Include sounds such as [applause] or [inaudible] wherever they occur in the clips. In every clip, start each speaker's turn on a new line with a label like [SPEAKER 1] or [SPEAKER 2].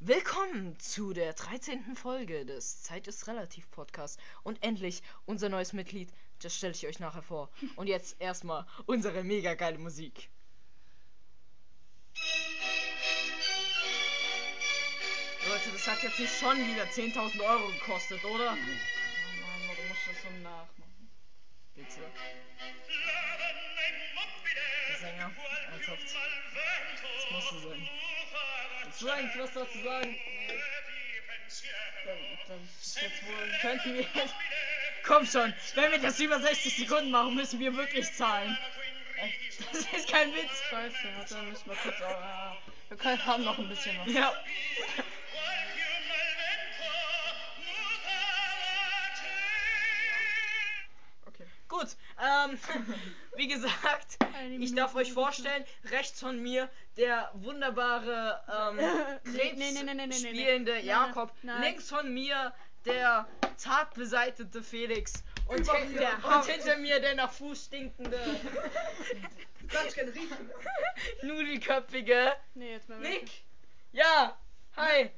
[SPEAKER 1] Willkommen zu der 13. Folge des Zeit ist relativ Podcast und endlich unser neues Mitglied, das stelle ich euch nachher vor. Und jetzt erstmal unsere mega geile Musik. Leute, das hat jetzt nicht schon wieder 10.000 Euro gekostet, oder?
[SPEAKER 2] Oh Mann, warum muss ich das so nachmachen?
[SPEAKER 1] Bitte.
[SPEAKER 2] Sänger, ernsthaft.
[SPEAKER 1] Das musst du sein.
[SPEAKER 2] Hast du eigentlich was dazu sagen? Dann, dann ist jetzt wohl, könnten wir jetzt
[SPEAKER 1] Komm schon, wenn wir das über 60 Sekunden machen, müssen wir wirklich zahlen. Das ist kein Witz.
[SPEAKER 2] Scheiße, warte, dann müssen wir kurz, aber wir können, haben noch ein bisschen was.
[SPEAKER 1] Ja.
[SPEAKER 2] Okay.
[SPEAKER 1] Gut, ähm, [laughs] wie gesagt, ich darf euch vorstellen, rechts von mir der wunderbare ähm,
[SPEAKER 3] [laughs] [laughs] Nee,
[SPEAKER 1] Krebs
[SPEAKER 3] nee, nee, nee, nee, nee, nee.
[SPEAKER 1] spielende
[SPEAKER 3] Nein,
[SPEAKER 1] Jakob,
[SPEAKER 3] nein.
[SPEAKER 1] links von mir der zart beseitete Felix und,
[SPEAKER 3] Über-
[SPEAKER 1] hin,
[SPEAKER 3] der
[SPEAKER 1] und hinter mir der nach Fuß
[SPEAKER 3] [laughs]
[SPEAKER 1] stinkende,
[SPEAKER 4] Kannst kein riechen.
[SPEAKER 1] nudelköpfige
[SPEAKER 3] Nee, jetzt mal
[SPEAKER 1] Nick. Ja, hi,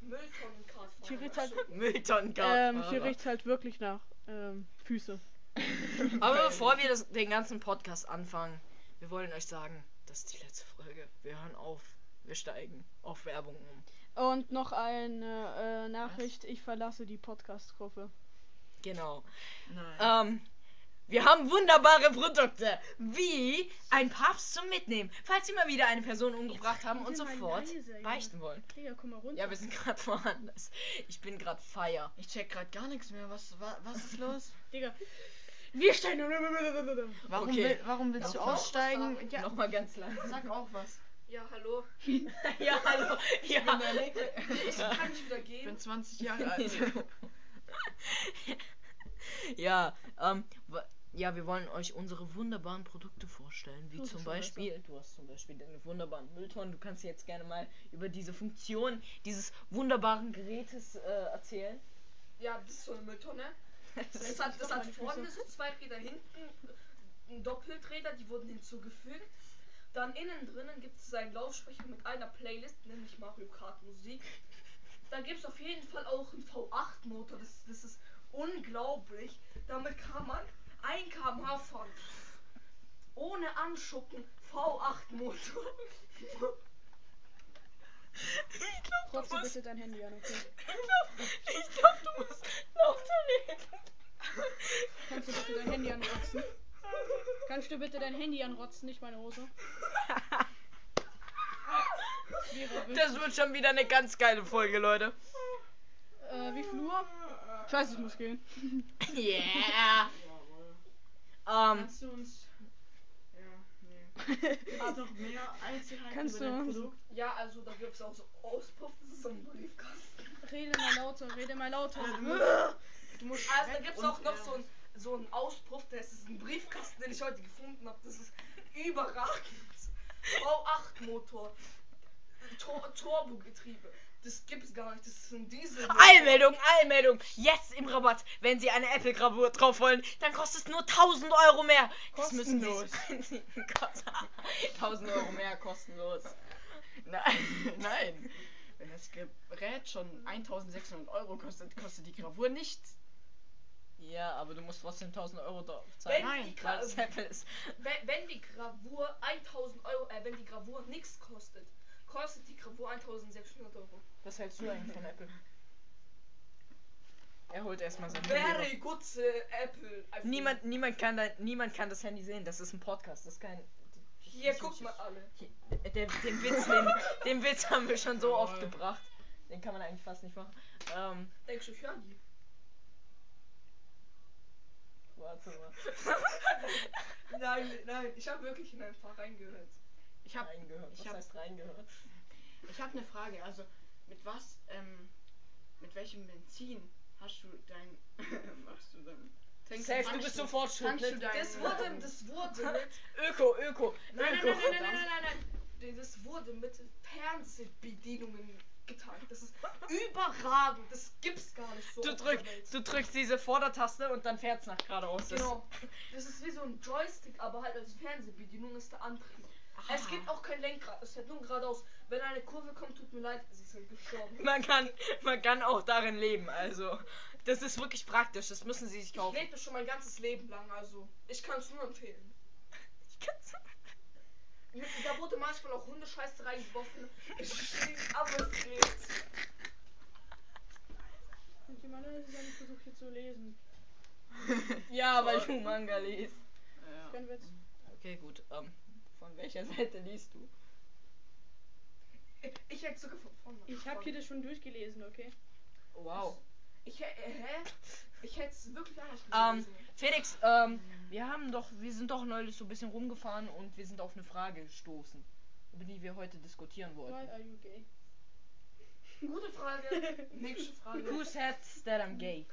[SPEAKER 4] Mülltonnenkraft.
[SPEAKER 3] Hier
[SPEAKER 1] [laughs]
[SPEAKER 3] riecht halt,
[SPEAKER 1] Mülltonnengarten.
[SPEAKER 3] ähm, hier riecht's halt wirklich nach ähm, Füße.
[SPEAKER 1] Aber bevor wir das, den ganzen Podcast anfangen, wir wollen euch sagen, das ist die letzte Folge. Wir hören auf. Wir steigen auf Werbung um.
[SPEAKER 3] Und noch eine äh, Nachricht, ich verlasse die Podcast-Gruppe.
[SPEAKER 1] Genau.
[SPEAKER 2] Nein.
[SPEAKER 1] Ähm, wir haben wunderbare Produkte, wie ein Papst zum Mitnehmen, falls sie mal wieder eine Person umgebracht haben und
[SPEAKER 3] sind wir
[SPEAKER 1] sofort
[SPEAKER 3] leise, Junge.
[SPEAKER 1] beichten wollen.
[SPEAKER 3] Digga, komm mal runter.
[SPEAKER 1] Ja, wir sind gerade woanders. Ich bin gerade Feier.
[SPEAKER 2] Ich check grad gar nichts mehr. Was, wa, was ist los?
[SPEAKER 3] Digga. Wir steigen.
[SPEAKER 2] Warum,
[SPEAKER 1] Okay.
[SPEAKER 2] will, warum willst du
[SPEAKER 1] Nochmal.
[SPEAKER 2] aussteigen? Ja,
[SPEAKER 1] Nochmal ganz leise.
[SPEAKER 2] sag auch was.
[SPEAKER 4] Ja, hallo.
[SPEAKER 1] [laughs] ja, hallo. Ja.
[SPEAKER 4] Ich
[SPEAKER 1] [laughs]
[SPEAKER 4] kann nicht wieder
[SPEAKER 2] Ich
[SPEAKER 4] gehen.
[SPEAKER 2] bin 20 Jahre alt.
[SPEAKER 1] ja, ähm, wa- ja, wir wollen euch unsere wunderbaren Produkte vorstellen, wie
[SPEAKER 3] Das ist
[SPEAKER 1] zum
[SPEAKER 3] schon besser.
[SPEAKER 1] Beispiel, du hast zum Beispiel deine wunderbaren Mülltonnen, du kannst jetzt gerne mal über diese Funktion dieses wunderbaren Gerätes äh, erzählen.
[SPEAKER 4] Ja, das ist so eine Mülltonne. Das hat, das hat vorne so zwei Räder, hinten ein Doppelträger, die wurden hinzugefügt. Dann innen drinnen gibt es einen Lautsprecher mit einer Playlist, nämlich Mario Kart Musik. Dann gibt es auf jeden Fall auch einen V8-Motor, das, das ist unglaublich. Damit kann man 1 km/h fahren. Ohne Anschuppen, V8-Motor.
[SPEAKER 1] Ich glaub,
[SPEAKER 3] Trotzdem bitte dein Handy an, okay?
[SPEAKER 1] ich glaub, du musst lauter reden.
[SPEAKER 3] Kannst du bitte dein
[SPEAKER 1] [laughs]
[SPEAKER 3] Handy anrotzen? Kannst du bitte dein Handy anrotzen, nicht meine Hose? Wäre wirklich-
[SPEAKER 1] Das wird schon wieder eine ganz geile Folge, Leute.
[SPEAKER 3] Äh, wie viel Uhr? Scheiße, ich muss gehen.
[SPEAKER 1] Yeah. Ähm,
[SPEAKER 2] Kannst du uns. Ja, nee. noch mehr Einzelheiten
[SPEAKER 3] Kannst
[SPEAKER 2] über dein
[SPEAKER 3] du uns-
[SPEAKER 2] Produkt?
[SPEAKER 4] [laughs] Ja, also da gibt es auch so Auspuff, das ist so ein Briefkasten.
[SPEAKER 3] Rede mal lauter, rede mal lauter.
[SPEAKER 2] Alter, du
[SPEAKER 1] Äh,
[SPEAKER 2] musst- Du musst
[SPEAKER 4] Also da
[SPEAKER 2] weg
[SPEAKER 4] gibt es
[SPEAKER 2] und
[SPEAKER 4] auch noch
[SPEAKER 2] eher-
[SPEAKER 4] so einen so einen Auspuff, das ist ein Briefkasten, den ich heute gefunden habe. Das ist überragend. V8-Motor. Tor Turbogetriebe. Das gibt's gar nicht, das ist ein Diesel.
[SPEAKER 1] Eilmeldung, Eilmeldung. Jetzt im Rabatt. Wenn Sie eine Apple-Gravur drauf wollen, dann kostet es nur 1000 Euro mehr. Das müssen [laughs] Sie. 1000 Euro mehr kostenlos. Nein.
[SPEAKER 2] [laughs] Nein. Wenn das Gerät schon 1600 Euro kostet, kostet die Gravur nichts.
[SPEAKER 1] Ja, aber du musst trotzdem 1000 Euro drauf
[SPEAKER 4] Wenn
[SPEAKER 1] zahlen.
[SPEAKER 2] Nein,
[SPEAKER 4] die, Gra
[SPEAKER 1] Weil es Apple ist.
[SPEAKER 4] wenn, wenn die Gravur 1000 Euro, äh, wenn die Gravur nichts kostet, kostet die Gravur 1600 Euro.
[SPEAKER 1] Was hältst du eigentlich von Apple? Er holt erstmal sein Handy.
[SPEAKER 4] Very good äh, Apple. iPhone.
[SPEAKER 1] Niemand, niemand, kann dein, niemand kann das Handy sehen. Das ist ein Podcast. Das ist kein.
[SPEAKER 4] Hier, guck mal alle.
[SPEAKER 1] Hier, äh, Der, den, Witz, den, den Witz haben wir schon so oft
[SPEAKER 2] Jawohl.
[SPEAKER 1] gebracht. Den kann man eigentlich fast nicht machen. Ähm,
[SPEAKER 4] Denkst du, ich höre die?
[SPEAKER 1] warte mal.
[SPEAKER 4] Nein, nein, ich habe wirklich in ein paar reingehört.
[SPEAKER 2] Ich habe
[SPEAKER 1] reingehört. Was
[SPEAKER 2] ich hab-
[SPEAKER 1] heißt reingehört?
[SPEAKER 2] ich hab eine Frage. Also, mit was, ähm, mit welchem Benzin hast du dein. [laughs] machst du dein.
[SPEAKER 1] Denkst du, du bist ne? so fortschrittlich?
[SPEAKER 2] Tankst du dein-
[SPEAKER 4] Das wurde, das wurde mit
[SPEAKER 1] Öko, Öko,
[SPEAKER 4] Nein, nein,
[SPEAKER 1] Öko.
[SPEAKER 4] nein, nein, nein, nein, nein, [laughs] nein. Das wurde mit Fernsehbedienungen getan. Das ist überragend. Das gibt's gar nicht so.
[SPEAKER 1] Du,
[SPEAKER 4] auf
[SPEAKER 1] drück,
[SPEAKER 4] der Welt.
[SPEAKER 1] du drückst diese Vordertaste und dann fährt's nach geradeaus. Das-
[SPEAKER 4] Genau. Das ist wie so ein Joystick, aber halt als Fernsehbedienung ist der Antrieb.
[SPEAKER 2] Ah.
[SPEAKER 4] Es
[SPEAKER 2] [laughs]
[SPEAKER 4] gibt auch kein Lenkrad, es fährt nur geradeaus. Wenn eine Kurve kommt, tut mir leid, sie sind gestorben.
[SPEAKER 1] Man kann, man kann auch darin leben, also. Das ist wirklich praktisch, das müssen sie sich
[SPEAKER 4] Ich
[SPEAKER 1] kaufen.
[SPEAKER 4] lebe das schon mein ganzes Leben lang, also ich kann es nur empfehlen.
[SPEAKER 1] Ich kann's-
[SPEAKER 4] Da wurde manchmal auch Hundescheiße reingeworfen. [laughs] Es stinkt, aber es geht.
[SPEAKER 3] Und jemand anderes hat versucht hier zu lesen.
[SPEAKER 1] Ja, weil du Manga liest.
[SPEAKER 3] Ja.
[SPEAKER 2] Ja.
[SPEAKER 3] Kein Witz.
[SPEAKER 1] Okay, gut. Ähm, von welcher Seite liest du?
[SPEAKER 4] Ich hätte sogar von vorne.
[SPEAKER 3] Ich habe hier das schon durchgelesen, okay?
[SPEAKER 1] Wow.
[SPEAKER 4] Ich, hä- äh, hä? Ich hätte es wirklich
[SPEAKER 1] Ähm,
[SPEAKER 4] anders gelesen.
[SPEAKER 1] Felix, ähm, wir haben doch, wir sind doch neulich so ein bisschen rumgefahren und wir sind auf eine Frage gestoßen, über die wir heute diskutieren
[SPEAKER 3] Why
[SPEAKER 1] wollten.
[SPEAKER 3] are you gay?
[SPEAKER 4] Gute Frage. Nächste Frage.
[SPEAKER 1] Who said that I'm gay?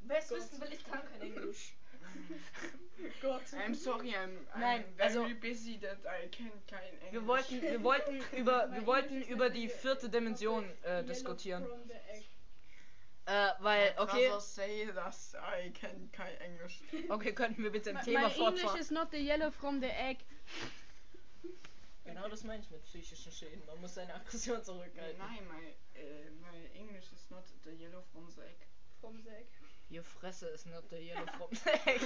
[SPEAKER 4] Wer es wissen will, ich kann kein Englisch.
[SPEAKER 3] Oh Gott.
[SPEAKER 2] I'm
[SPEAKER 3] [laughs]
[SPEAKER 2] sorry, I'm, I'm
[SPEAKER 1] Nein,
[SPEAKER 2] very
[SPEAKER 1] also-
[SPEAKER 2] busy that I can kein Englisch.
[SPEAKER 1] Wir wollten, wir wollten über, wir wollten über die vierte Dimension äh,
[SPEAKER 3] Yellow
[SPEAKER 1] diskutieren.
[SPEAKER 3] from the egg.
[SPEAKER 1] Äh, weil, okay,
[SPEAKER 2] Rather say that I can kein Englisch.
[SPEAKER 1] [laughs] okay, könnten wir bitte ein
[SPEAKER 3] My,
[SPEAKER 1] Thema
[SPEAKER 3] my English
[SPEAKER 1] fortfahren?
[SPEAKER 3] is not the yellow from the egg.
[SPEAKER 1] Genau das meine ich mit psychischen Schäden. Man muss seine Aggression zurückhalten.
[SPEAKER 2] Nein, my, äh, my English is not the yellow from the egg.
[SPEAKER 3] From the egg.
[SPEAKER 1] Ihr Fresse ist not the yellow from the egg.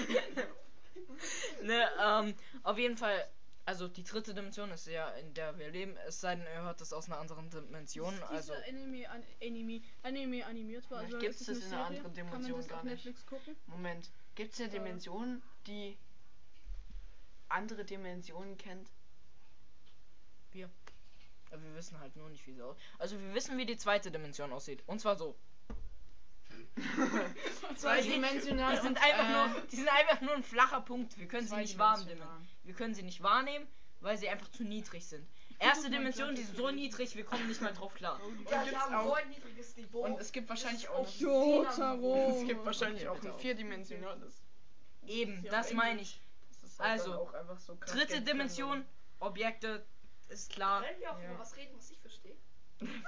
[SPEAKER 1] [laughs] ne, ähm, auf jeden Fall, also die dritte Dimension ist ja, in der wir leben, es sei denn, ihr hört das aus einer anderen Dimension.
[SPEAKER 3] Ist
[SPEAKER 1] Also,
[SPEAKER 3] dieser Anime, an, Anime, Anime animiert war.
[SPEAKER 2] Vielleicht
[SPEAKER 3] Also
[SPEAKER 2] gibt's
[SPEAKER 3] ist
[SPEAKER 2] das
[SPEAKER 3] eine
[SPEAKER 2] in einer
[SPEAKER 3] Serie?
[SPEAKER 2] anderen
[SPEAKER 3] Kann man
[SPEAKER 2] Dimension
[SPEAKER 3] das
[SPEAKER 2] gar
[SPEAKER 3] auf
[SPEAKER 2] nicht.
[SPEAKER 3] Netflix gucken?
[SPEAKER 2] Moment, gibt es eine
[SPEAKER 3] Äh.
[SPEAKER 2] Dimension, die andere Dimensionen kennt?
[SPEAKER 1] aber wir wissen halt nur nicht, wie sie aussieht. Also, wir wissen, wie die zweite Dimension aussieht. Und zwar so.
[SPEAKER 2] Zweidimensional.
[SPEAKER 1] Die sind
[SPEAKER 2] und,
[SPEAKER 1] einfach
[SPEAKER 2] äh,
[SPEAKER 1] nur, die sind einfach nur ein flacher Punkt. Wir können sie nicht wahrnehmen.
[SPEAKER 2] zweidimensional.
[SPEAKER 1] Wir können sie nicht wahrnehmen, weil sie einfach zu niedrig sind. Erste
[SPEAKER 3] Oh mein
[SPEAKER 1] Dimension,
[SPEAKER 3] Gott,
[SPEAKER 1] die
[SPEAKER 3] das
[SPEAKER 1] sind
[SPEAKER 3] ist
[SPEAKER 1] so
[SPEAKER 3] richtig.
[SPEAKER 1] niedrig, wir kommen nicht mal drauf
[SPEAKER 2] [laughs]
[SPEAKER 1] klar.
[SPEAKER 4] Ja,
[SPEAKER 2] gibt's
[SPEAKER 4] die haben
[SPEAKER 2] auch-
[SPEAKER 4] so ein niedriges Niveau.
[SPEAKER 2] Und es gibt wahrscheinlich auch.
[SPEAKER 4] Das ist
[SPEAKER 3] Jotaro.
[SPEAKER 2] Es gibt
[SPEAKER 1] Okay,
[SPEAKER 2] wahrscheinlich auch
[SPEAKER 1] bitte
[SPEAKER 2] ein
[SPEAKER 1] auf.
[SPEAKER 2] vierdimensionales.
[SPEAKER 1] Eben,
[SPEAKER 2] Ist ja
[SPEAKER 1] das
[SPEAKER 2] auf
[SPEAKER 1] meine
[SPEAKER 2] Englisch.
[SPEAKER 1] ich.
[SPEAKER 2] Das ist halt
[SPEAKER 1] Also,
[SPEAKER 2] dann auch einfach so krass genau.
[SPEAKER 1] Dritte
[SPEAKER 2] Geld können.
[SPEAKER 1] Dimension, Objekte, ist klar.
[SPEAKER 4] Können wir auch
[SPEAKER 2] Ja.
[SPEAKER 4] über was reden, was ich verstehe?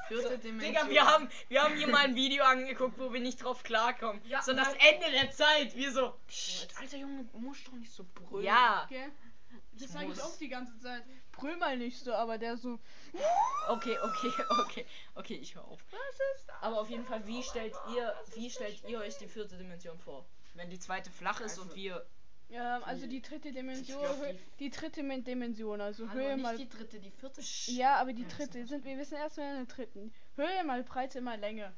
[SPEAKER 2] Vierte Dimension.
[SPEAKER 1] Digga, wir haben, wir haben hier mal ein Video angeguckt, wo wir nicht drauf klarkommen.
[SPEAKER 4] Ja,
[SPEAKER 1] so das
[SPEAKER 4] nein.
[SPEAKER 1] Ende der Zeit. Wir so.
[SPEAKER 2] Psst, Alter Junge, du musst doch nicht so brüllen.
[SPEAKER 1] Ja.
[SPEAKER 3] Gell? Das sage
[SPEAKER 1] muss.
[SPEAKER 3] ich auch die ganze Zeit. Brüll mal nicht so, aber der so.
[SPEAKER 1] Okay, okay, [laughs] okay. Okay, ich höre auf. Aber auf jeden Fall, wie stellt ihr, wie stellt ihr euch die vierte Dimension vor? Wenn die zweite flach ist und
[SPEAKER 2] Also,
[SPEAKER 1] wir.
[SPEAKER 3] Ähm, also
[SPEAKER 2] Die-
[SPEAKER 3] die dritte Dimension,
[SPEAKER 2] glaub,
[SPEAKER 3] Hö- die dritte Men- Dimension, also Höhe mal.
[SPEAKER 1] dritte, die vierte.
[SPEAKER 3] Ja, aber die
[SPEAKER 2] Ja, das
[SPEAKER 3] dritte
[SPEAKER 2] ist
[SPEAKER 3] sind, wir wissen erstmal in der dritten. Höhe mal Breite mal Länge.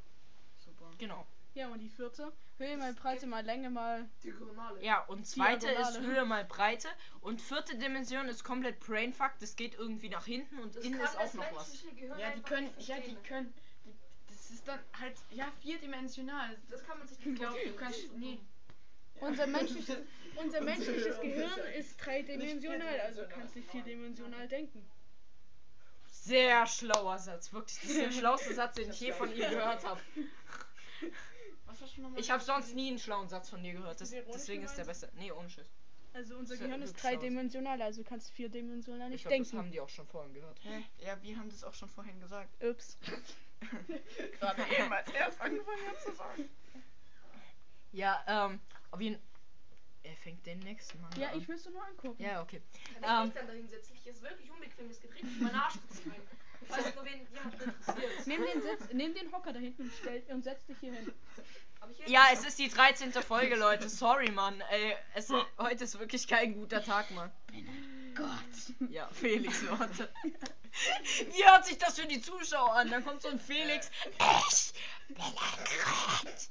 [SPEAKER 2] Super.
[SPEAKER 1] Genau.
[SPEAKER 3] Ja, und die vierte. Höhe mal
[SPEAKER 4] Es
[SPEAKER 3] Breite
[SPEAKER 4] gibt-
[SPEAKER 3] mal Länge mal.
[SPEAKER 4] Diagonale.
[SPEAKER 1] Ja, und zweite ist
[SPEAKER 3] Diagonale.
[SPEAKER 1] Höhe mal Breite. Und vierte Dimension ist komplett Brainfuck. Das geht irgendwie nach hinten und
[SPEAKER 4] Das
[SPEAKER 1] innen
[SPEAKER 4] kann
[SPEAKER 1] ist auch
[SPEAKER 4] das
[SPEAKER 1] noch was.
[SPEAKER 4] menschliche Gehirn
[SPEAKER 2] Ja, die
[SPEAKER 4] einfach
[SPEAKER 2] können,
[SPEAKER 4] nicht
[SPEAKER 2] ja, die
[SPEAKER 4] verstehen.
[SPEAKER 2] können. Die, das ist dann halt, ja, vierdimensional.
[SPEAKER 4] Das kann man sich
[SPEAKER 2] Ich
[SPEAKER 4] nicht
[SPEAKER 2] glaube, du
[SPEAKER 4] vorstellen.
[SPEAKER 2] kannst. Nee.
[SPEAKER 3] Unser menschliches, [laughs] unser menschliches
[SPEAKER 2] Ja.
[SPEAKER 3] Gehirn ist dreidimensional, also
[SPEAKER 2] vierdimensional.
[SPEAKER 3] kannst nicht vierdimensional denken.
[SPEAKER 1] Sehr schlauer Satz. Wirklich, das ist
[SPEAKER 3] [laughs]
[SPEAKER 1] der schlauste Satz, den ich je von ihm gehört habe.
[SPEAKER 2] [laughs] Was hast du nochmal?
[SPEAKER 1] Ich habe sonst nie einen schlauen Satz von dir gehört. Das,
[SPEAKER 3] Ist ironisch
[SPEAKER 1] deswegen ist der
[SPEAKER 3] gemeint?
[SPEAKER 1] beste. Nee, ohne Schiss.
[SPEAKER 3] Also unser
[SPEAKER 1] Ist ja
[SPEAKER 3] Gehirn ist
[SPEAKER 1] wirklich aus.
[SPEAKER 3] dreidimensional, also kannst vierdimensional
[SPEAKER 1] Ich
[SPEAKER 3] nicht
[SPEAKER 1] glaube, das haben
[SPEAKER 3] denken.
[SPEAKER 1] die auch schon vorhin gehört.
[SPEAKER 2] Hä? Ja, wir haben das auch schon vorhin gesagt.
[SPEAKER 3] Ups.
[SPEAKER 2] Gerade eben, als er es angefangen hat zu sagen.
[SPEAKER 1] Ja, ähm, auf jeden Er fängt den nächsten Mann
[SPEAKER 3] Ja,
[SPEAKER 1] an.
[SPEAKER 3] ich will es nur angucken.
[SPEAKER 1] Ja, okay.
[SPEAKER 4] Kann
[SPEAKER 1] Ähm.
[SPEAKER 4] ich mich dann dahin setzen? Ich ist wirklich unbequem. Es geht richtig mein Arsch zu zeigen. Falls nur wen jemand interessiert.
[SPEAKER 3] Nimm den, Sitz, nimm den Hocker da hinten und, stell, und setz dich hier hin.
[SPEAKER 4] Aber hier
[SPEAKER 1] Ja, es ist die 13. Folge, Leute. Sorry, Mann. Ey, es, heute ist wirklich kein guter Tag, Mann. Gott. Ja, Felix, Worte. Wie hört sich das für die Zuschauer an? Dann kommt so ein Felix. Ich bin ein Gott.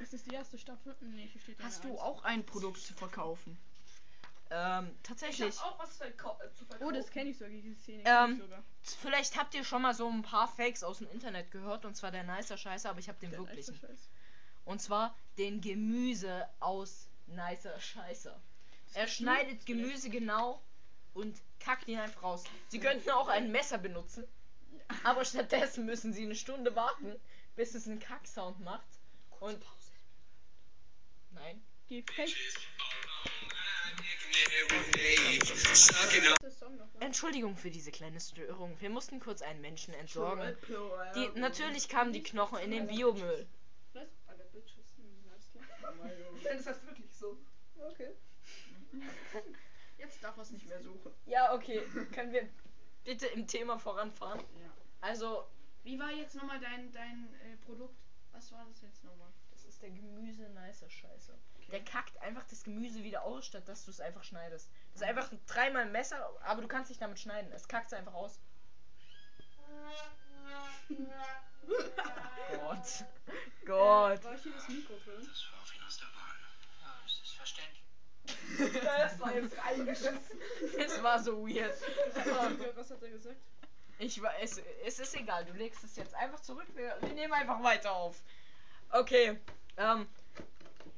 [SPEAKER 3] Ist das die erste Staffel? Nee, hier steht
[SPEAKER 2] Hast
[SPEAKER 3] eine
[SPEAKER 2] du
[SPEAKER 3] Eins.
[SPEAKER 2] auch ein Produkt zu verkaufen?
[SPEAKER 1] Ähm,
[SPEAKER 4] Ich hab
[SPEAKER 1] tatsächlich.
[SPEAKER 4] auch was zu verkau- äh, zu verkaufen.
[SPEAKER 3] Oh, das kenne ich sogar, diese Szene.
[SPEAKER 1] Ähm,
[SPEAKER 3] kenn ich sogar.
[SPEAKER 1] Vielleicht habt ihr schon mal so ein paar Fakes aus dem Internet gehört und zwar der nicer Scheiße, aber ich hab den
[SPEAKER 3] Der
[SPEAKER 1] wirklichen.
[SPEAKER 3] letzte Scheiß.
[SPEAKER 1] Und zwar den Gemüse aus nicer Scheiße. Er
[SPEAKER 3] gibt's
[SPEAKER 1] schneidet
[SPEAKER 3] nicht.
[SPEAKER 1] Gemüse genau und kackt ihn einfach raus. Sie könnten auch ein Messer benutzen, aber stattdessen müssen sie eine Stunde warten, bis es einen Kacksound macht. Und. Nein.
[SPEAKER 3] Geh fake. Das Song noch ne? mal.
[SPEAKER 1] Entschuldigung für diese kleine Störung. Wir mussten kurz einen Menschen entsorgen.
[SPEAKER 2] Plural.
[SPEAKER 1] Die, natürlich kamen die Knochen in den Biomüll.
[SPEAKER 3] Was?
[SPEAKER 4] Alle Bitches.
[SPEAKER 3] Hm, alles klar.
[SPEAKER 4] Denn das heißt wirklich so.
[SPEAKER 3] Okay.
[SPEAKER 2] Jetzt darf er es nicht mehr suchen.
[SPEAKER 1] Ja, okay. Können wir bitte im Thema voranfahren?
[SPEAKER 2] Ja.
[SPEAKER 1] Also,
[SPEAKER 2] Wie war jetzt nochmal dein, dein äh, Produkt? Was war das jetzt nochmal?
[SPEAKER 1] das ist der Gemüse nice Scheiße. Der kackt einfach das Gemüse wieder aus, statt dass du es einfach schneidest. Das ist einfach dreimal ein Messer, aber du kannst nicht damit schneiden. Es kackt einfach aus. Gott. [laughs] Gott.
[SPEAKER 3] War ich hier das Mikrofon?
[SPEAKER 5] Schwafeln aus der Bahn. Ja, das ist verständlich.
[SPEAKER 1] Das war jetzt [laughs] reingeschissen. Das war so weird.
[SPEAKER 3] [laughs] Was hat er gesagt?
[SPEAKER 1] Ich war, es, es ist egal, du legst es jetzt einfach zurück. Wir, wir nehmen einfach weiter auf. Okay, ähm,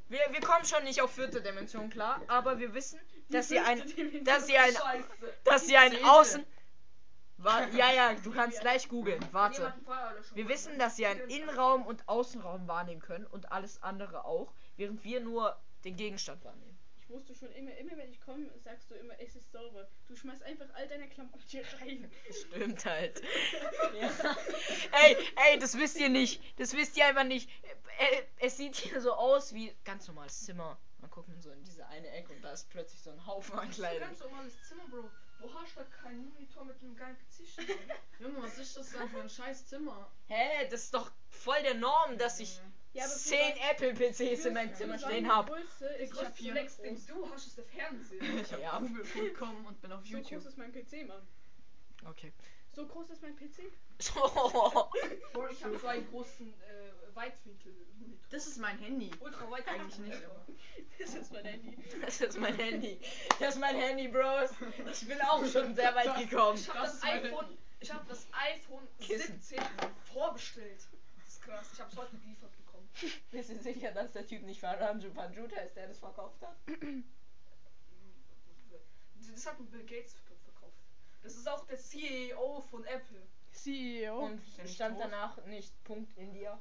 [SPEAKER 1] wir, wir kommen schon nicht auf vierte Dimension klar, aber wir wissen, dass sie ein, dass sie ein,
[SPEAKER 4] Scheiße.
[SPEAKER 1] dass sie ein
[SPEAKER 2] Zehnte.
[SPEAKER 1] Außen,
[SPEAKER 4] [laughs]
[SPEAKER 1] Wa- ja ja, du kannst gleich googeln. Warte,
[SPEAKER 4] Jemanden Feuer löschen.
[SPEAKER 1] wir wissen, dass sie einen Innenraum und Außenraum wahrnehmen können und alles andere auch, während wir nur den Gegenstand wahrnehmen.
[SPEAKER 3] Ich wusste schon immer, immer wenn ich komme, sagst du immer, es ist sauber. Du schmeißt einfach all deine Klamotten [laughs] hier rein.
[SPEAKER 1] Stimmt halt.
[SPEAKER 4] [laughs]
[SPEAKER 1] Ey, ey, das wisst ihr nicht. Das wisst ihr einfach nicht. Äh, Es sieht hier so aus wie ganz normales Zimmer. Man guckt in so in diese eine Ecke und da ist plötzlich so ein Haufen an
[SPEAKER 4] Das ist ein
[SPEAKER 1] Kleidung.
[SPEAKER 4] ganz normales Zimmer, Bro. Wo hast du da keinen Monitor mit einem geilen
[SPEAKER 2] [laughs]
[SPEAKER 4] PC?
[SPEAKER 2] Junge, was ist das denn für ein scheiß Zimmer?
[SPEAKER 1] Hä, das ist doch voll der Norm, dass ich
[SPEAKER 3] Ja, aber für
[SPEAKER 1] zehn Apple-PCs in meinem
[SPEAKER 3] für
[SPEAKER 1] Zimmer
[SPEAKER 3] so
[SPEAKER 1] stehen
[SPEAKER 3] eine
[SPEAKER 1] habe.
[SPEAKER 3] Größe ist
[SPEAKER 4] Ich
[SPEAKER 3] das
[SPEAKER 4] hab
[SPEAKER 2] hier-
[SPEAKER 4] Flex,
[SPEAKER 3] so
[SPEAKER 4] den
[SPEAKER 3] groß.
[SPEAKER 4] du hast, ist
[SPEAKER 2] [laughs]
[SPEAKER 4] der Fernseher.
[SPEAKER 2] Ich habe
[SPEAKER 1] Ja.
[SPEAKER 2] Google.com und bin auf
[SPEAKER 3] So groß
[SPEAKER 2] YouTube.
[SPEAKER 3] ist mein PC, Mann.
[SPEAKER 1] Okay. [laughs]
[SPEAKER 3] So groß ist mein PC.
[SPEAKER 1] So.
[SPEAKER 4] Bro, ich habe so einen großen äh, Weitwinkel-Monitor.
[SPEAKER 2] Das ist mein Handy.
[SPEAKER 4] Ultra weit
[SPEAKER 2] Eigentlich nicht, aber.
[SPEAKER 3] Das ist mein Handy.
[SPEAKER 1] Das ist mein Handy. Das ist mein Handy, Bros. Ich bin auch schon sehr weit gekommen.
[SPEAKER 4] Ich habe
[SPEAKER 2] Das
[SPEAKER 4] das,
[SPEAKER 2] ist mein
[SPEAKER 4] iPhone, ich habe das iPhone
[SPEAKER 1] Kissen.
[SPEAKER 4] 17 vorbestellt. Das ist krass. Ich habe es heute geliefert bekommen.
[SPEAKER 1] Bist du sicher, dass der Typ nicht Faranju Panjuta ist, der das verkauft hat?
[SPEAKER 4] Das hat ein Bill Gates verkauft. Das ist auch der CEO von Apple. Oh,
[SPEAKER 3] CEO.
[SPEAKER 1] Und
[SPEAKER 2] der nicht
[SPEAKER 1] stand
[SPEAKER 2] tot?
[SPEAKER 1] danach nicht Punkt India.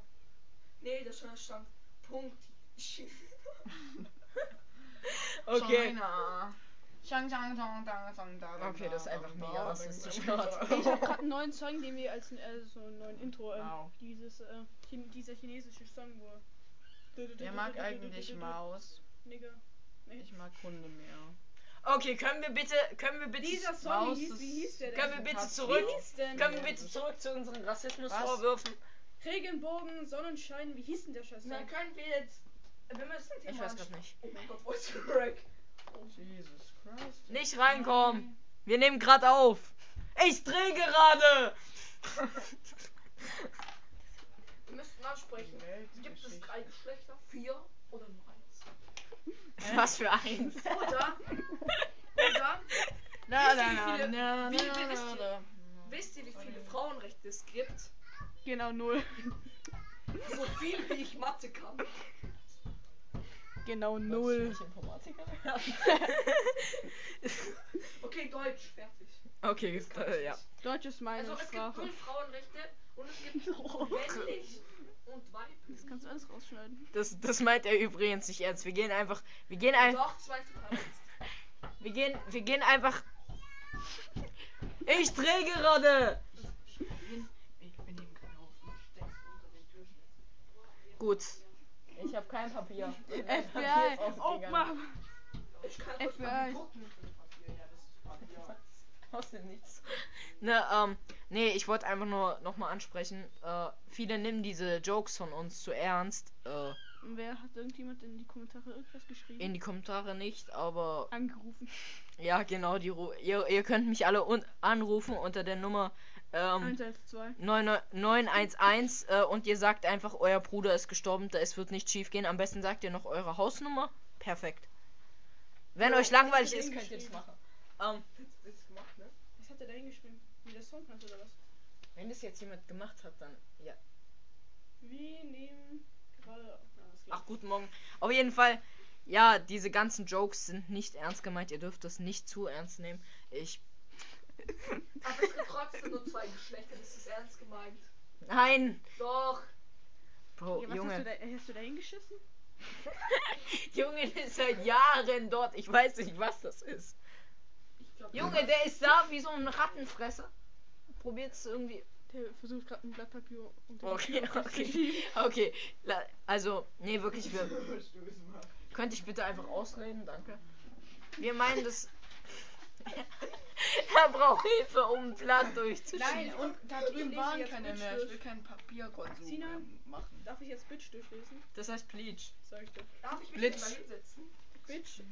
[SPEAKER 4] Nee, das stand- stand Punkt.
[SPEAKER 2] China. Chang, chang, chang, chang, chang, da,
[SPEAKER 1] Okay, das ist
[SPEAKER 2] da,
[SPEAKER 1] einfach
[SPEAKER 2] da,
[SPEAKER 1] mega
[SPEAKER 2] da,
[SPEAKER 1] rassistisch
[SPEAKER 2] da,
[SPEAKER 1] gerade.
[SPEAKER 2] da, da.
[SPEAKER 3] Ich habe
[SPEAKER 1] [laughs]
[SPEAKER 3] gerade einen neuen Song, den wir als äh, so einen neuen Intro, ähm,
[SPEAKER 2] Wow.
[SPEAKER 3] dieses, äh, chin dieser chinesische Song, wo.
[SPEAKER 2] Der mag
[SPEAKER 3] [laughs]
[SPEAKER 2] eigentlich Maus.
[SPEAKER 3] Nigga. Nee.
[SPEAKER 2] Ich mag Hunde mehr.
[SPEAKER 1] Okay, können wir bitte, können wir bitte,
[SPEAKER 3] Dieser Song,
[SPEAKER 2] Maus
[SPEAKER 3] wie hieß, wie hieß der denn?
[SPEAKER 1] können wir bitte
[SPEAKER 2] Pass-
[SPEAKER 1] zurück,
[SPEAKER 3] wie hieß denn?
[SPEAKER 1] können wir bitte zurück zu unseren Rassismusvorwürfen?
[SPEAKER 3] Regenbogen, Sonnenschein, wie hieß denn der Scheiß?
[SPEAKER 4] Dann
[SPEAKER 3] Song?
[SPEAKER 4] können wir jetzt. Wir müssen Thema
[SPEAKER 1] Ich weiß grad nicht.
[SPEAKER 4] Oh mein Gott, Voice Break.
[SPEAKER 2] Jesus Christ.
[SPEAKER 1] Nicht reinkommen. Wir nehmen gerade auf. Ich drehe gerade.
[SPEAKER 4] Wir müssten ansprechen. Gibt es
[SPEAKER 2] Weltgeschichte.
[SPEAKER 4] drei Geschlechter? Vier oder nur eins?
[SPEAKER 1] Was für eins.
[SPEAKER 4] Oder? Oder?
[SPEAKER 2] Na,
[SPEAKER 4] Wisst
[SPEAKER 2] na,
[SPEAKER 4] ihr, wie
[SPEAKER 2] na,
[SPEAKER 4] viele-
[SPEAKER 2] na,
[SPEAKER 4] wie- wie-
[SPEAKER 2] na,
[SPEAKER 4] wisst
[SPEAKER 2] na,
[SPEAKER 4] ihr-
[SPEAKER 2] na.
[SPEAKER 4] Wisst ihr, wie viele Frauenrechte es gibt?
[SPEAKER 3] Genau null.
[SPEAKER 4] So viel wie ich Mathe kann.
[SPEAKER 3] Genau
[SPEAKER 1] Wolltest du nicht Informatiker? [laughs]
[SPEAKER 4] Okay, Deutsch, fertig.
[SPEAKER 1] okay, ist, äh, ja.
[SPEAKER 3] Deutsch ist meine
[SPEAKER 4] Also es gibt null Frauenrechte und es
[SPEAKER 3] [laughs]
[SPEAKER 4] gibt
[SPEAKER 3] Oh
[SPEAKER 4] männlich und weiblich.
[SPEAKER 3] Das kannst du alles rausschneiden.
[SPEAKER 1] Das, das meint er übrigens nicht ernst. Wir gehen einfach, wir gehen ein,
[SPEAKER 4] Doch, zwei total ernst.
[SPEAKER 1] wir gehen, wir gehen einfach. Ich drehe gerade.
[SPEAKER 2] Ich bin eben gerade auf.
[SPEAKER 1] Gut. Ich habe kein Papier.
[SPEAKER 3] FBI! Oh, Mann!
[SPEAKER 4] Ich kann
[SPEAKER 3] FBI.
[SPEAKER 4] kurz mal gucken.
[SPEAKER 1] Aus dem Nichts. Ne, ähm, nee, ich wollte einfach nur nochmal ansprechen. Äh, viele nehmen diese Jokes von uns zu ernst. Äh,
[SPEAKER 3] Und Wer hat irgendjemand in die Kommentare irgendwas geschrieben?
[SPEAKER 1] in die Kommentare nicht, aber
[SPEAKER 3] Angerufen.
[SPEAKER 1] ja, genau, die Ru ihr, ihr könnt mich alle un anrufen unter der Nummer ähm,
[SPEAKER 3] 112.
[SPEAKER 1] 911 äh, und ihr sagt einfach, euer Bruder ist gestorben, da es wird nicht schief gehen. Am besten sagt ihr noch eure Hausnummer. Perfekt. Wenn
[SPEAKER 3] Ja,
[SPEAKER 1] euch langweilig
[SPEAKER 3] ich hab
[SPEAKER 1] ist,
[SPEAKER 3] den
[SPEAKER 1] könnt ihr das
[SPEAKER 3] geschrieben.
[SPEAKER 1] machen. Ähm,
[SPEAKER 4] Ist gemacht, ne?
[SPEAKER 3] Was hat er da hingeschrieben? Wie der Song hat oder was?
[SPEAKER 1] wenn das jetzt jemand gemacht hat, dann ja.
[SPEAKER 3] Wir nehmen gerade. Ah, ist klar.
[SPEAKER 1] Ach, guten Morgen. Auf jeden Fall, ja, diese ganzen Jokes sind nicht ernst gemeint. Ihr dürft das nicht zu ernst nehmen. Ich.
[SPEAKER 4] Aber es gibt trotzdem nur zwei Geschlechter, das ist ernst gemeint.
[SPEAKER 1] Nein!
[SPEAKER 4] Doch.
[SPEAKER 1] Bro,
[SPEAKER 3] Ja, was Hast, du
[SPEAKER 1] Junge.
[SPEAKER 3] da, äh, hast du da hingeschissen?
[SPEAKER 1] [laughs] Junge der ist seit Jahren dort. Ich weiß nicht, was das ist.
[SPEAKER 4] Ich glaub,
[SPEAKER 1] Junge, der ist da wie so ein Rattenfresser. Probiert es irgendwie.
[SPEAKER 3] Der versucht gerade ein Blatt Papier unter die
[SPEAKER 1] [laughs] Okay,
[SPEAKER 3] Tür
[SPEAKER 1] okay. Okay. La- Also, nee, wirklich, wir. Könnte ich bitte einfach ausreden? Danke. Wir meinen das. [laughs] er braucht Hilfe, um Plan durchzuschieben.
[SPEAKER 2] Nein, und da
[SPEAKER 3] Ich
[SPEAKER 2] drüben
[SPEAKER 3] lese
[SPEAKER 2] waren
[SPEAKER 3] jetzt
[SPEAKER 2] keine
[SPEAKER 3] mit
[SPEAKER 2] mehr. Ich
[SPEAKER 3] Stift.
[SPEAKER 2] will keinen Papierkonsum
[SPEAKER 3] Sina?
[SPEAKER 2] mehr machen.
[SPEAKER 3] Darf ich jetzt Bitch durchlesen?
[SPEAKER 1] Das heißt Bleach.
[SPEAKER 3] Sag ich dir.
[SPEAKER 4] Darf ich mich
[SPEAKER 2] Blitz.
[SPEAKER 4] mal hinsetzen?
[SPEAKER 3] Bitch,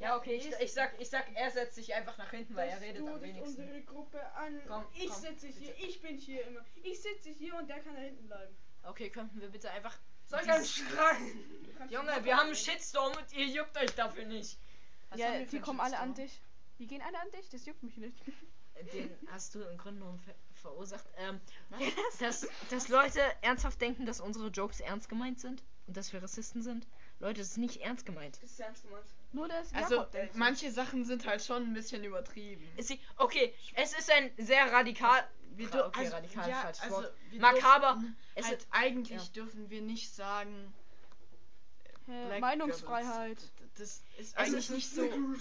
[SPEAKER 1] Ja, okay, ich, ich, sag, ich sag, er setzt sich einfach nach hinten, weil er
[SPEAKER 3] dass
[SPEAKER 1] redet
[SPEAKER 3] du
[SPEAKER 1] am
[SPEAKER 3] dich
[SPEAKER 1] wenigsten.
[SPEAKER 3] unsere Gruppe an.
[SPEAKER 1] Komm,
[SPEAKER 3] ich
[SPEAKER 1] komm,
[SPEAKER 3] sitze
[SPEAKER 1] bitte.
[SPEAKER 3] hier, ich bin hier immer. Ich sitze hier und der kann da hinten bleiben.
[SPEAKER 1] Okay, könnten wir bitte einfach.
[SPEAKER 4] Soll ich einen Schrein?
[SPEAKER 3] Du kannst
[SPEAKER 1] Junge,
[SPEAKER 3] dich
[SPEAKER 1] wir haben einen
[SPEAKER 3] nicht-
[SPEAKER 1] Shitstorm und ihr juckt euch dafür nicht. Was haben
[SPEAKER 6] Ja,
[SPEAKER 1] wir für
[SPEAKER 6] die
[SPEAKER 1] einen
[SPEAKER 6] kommen alle an
[SPEAKER 1] Shitstorm?
[SPEAKER 6] dich. Die gehen alle an dich, das juckt mich nicht. [laughs]
[SPEAKER 1] Den hast du im Grunde genommen ver verursacht. Ähm, dass, dass Leute ernsthaft denken, dass unsere Jokes ernst gemeint sind und dass wir Rassisten sind. Leute, das ist nicht ernst gemeint.
[SPEAKER 4] Das ist ernst gemeint.
[SPEAKER 6] Nur das.
[SPEAKER 2] Also,
[SPEAKER 6] Jakob,
[SPEAKER 2] manche Sachen sind halt schon ein bisschen übertrieben.
[SPEAKER 1] Ist sie, okay, es ist ein sehr radikal.
[SPEAKER 2] Wir
[SPEAKER 1] Ra-
[SPEAKER 2] dür-
[SPEAKER 1] okay,
[SPEAKER 2] also,
[SPEAKER 1] radikal
[SPEAKER 2] ja,
[SPEAKER 1] falsches
[SPEAKER 2] also,
[SPEAKER 1] Wort.
[SPEAKER 2] wir
[SPEAKER 1] Makaber.
[SPEAKER 2] dürfen
[SPEAKER 1] Es
[SPEAKER 2] halt
[SPEAKER 1] ist,
[SPEAKER 2] eigentlich
[SPEAKER 1] ja.
[SPEAKER 2] dürfen wir nicht sagen.
[SPEAKER 3] Äh,
[SPEAKER 6] Hä,
[SPEAKER 2] Black
[SPEAKER 6] Meinungsfreiheit.
[SPEAKER 2] Girls. D- Das ist
[SPEAKER 1] Es
[SPEAKER 2] eigentlich
[SPEAKER 1] ist
[SPEAKER 2] nicht so
[SPEAKER 1] es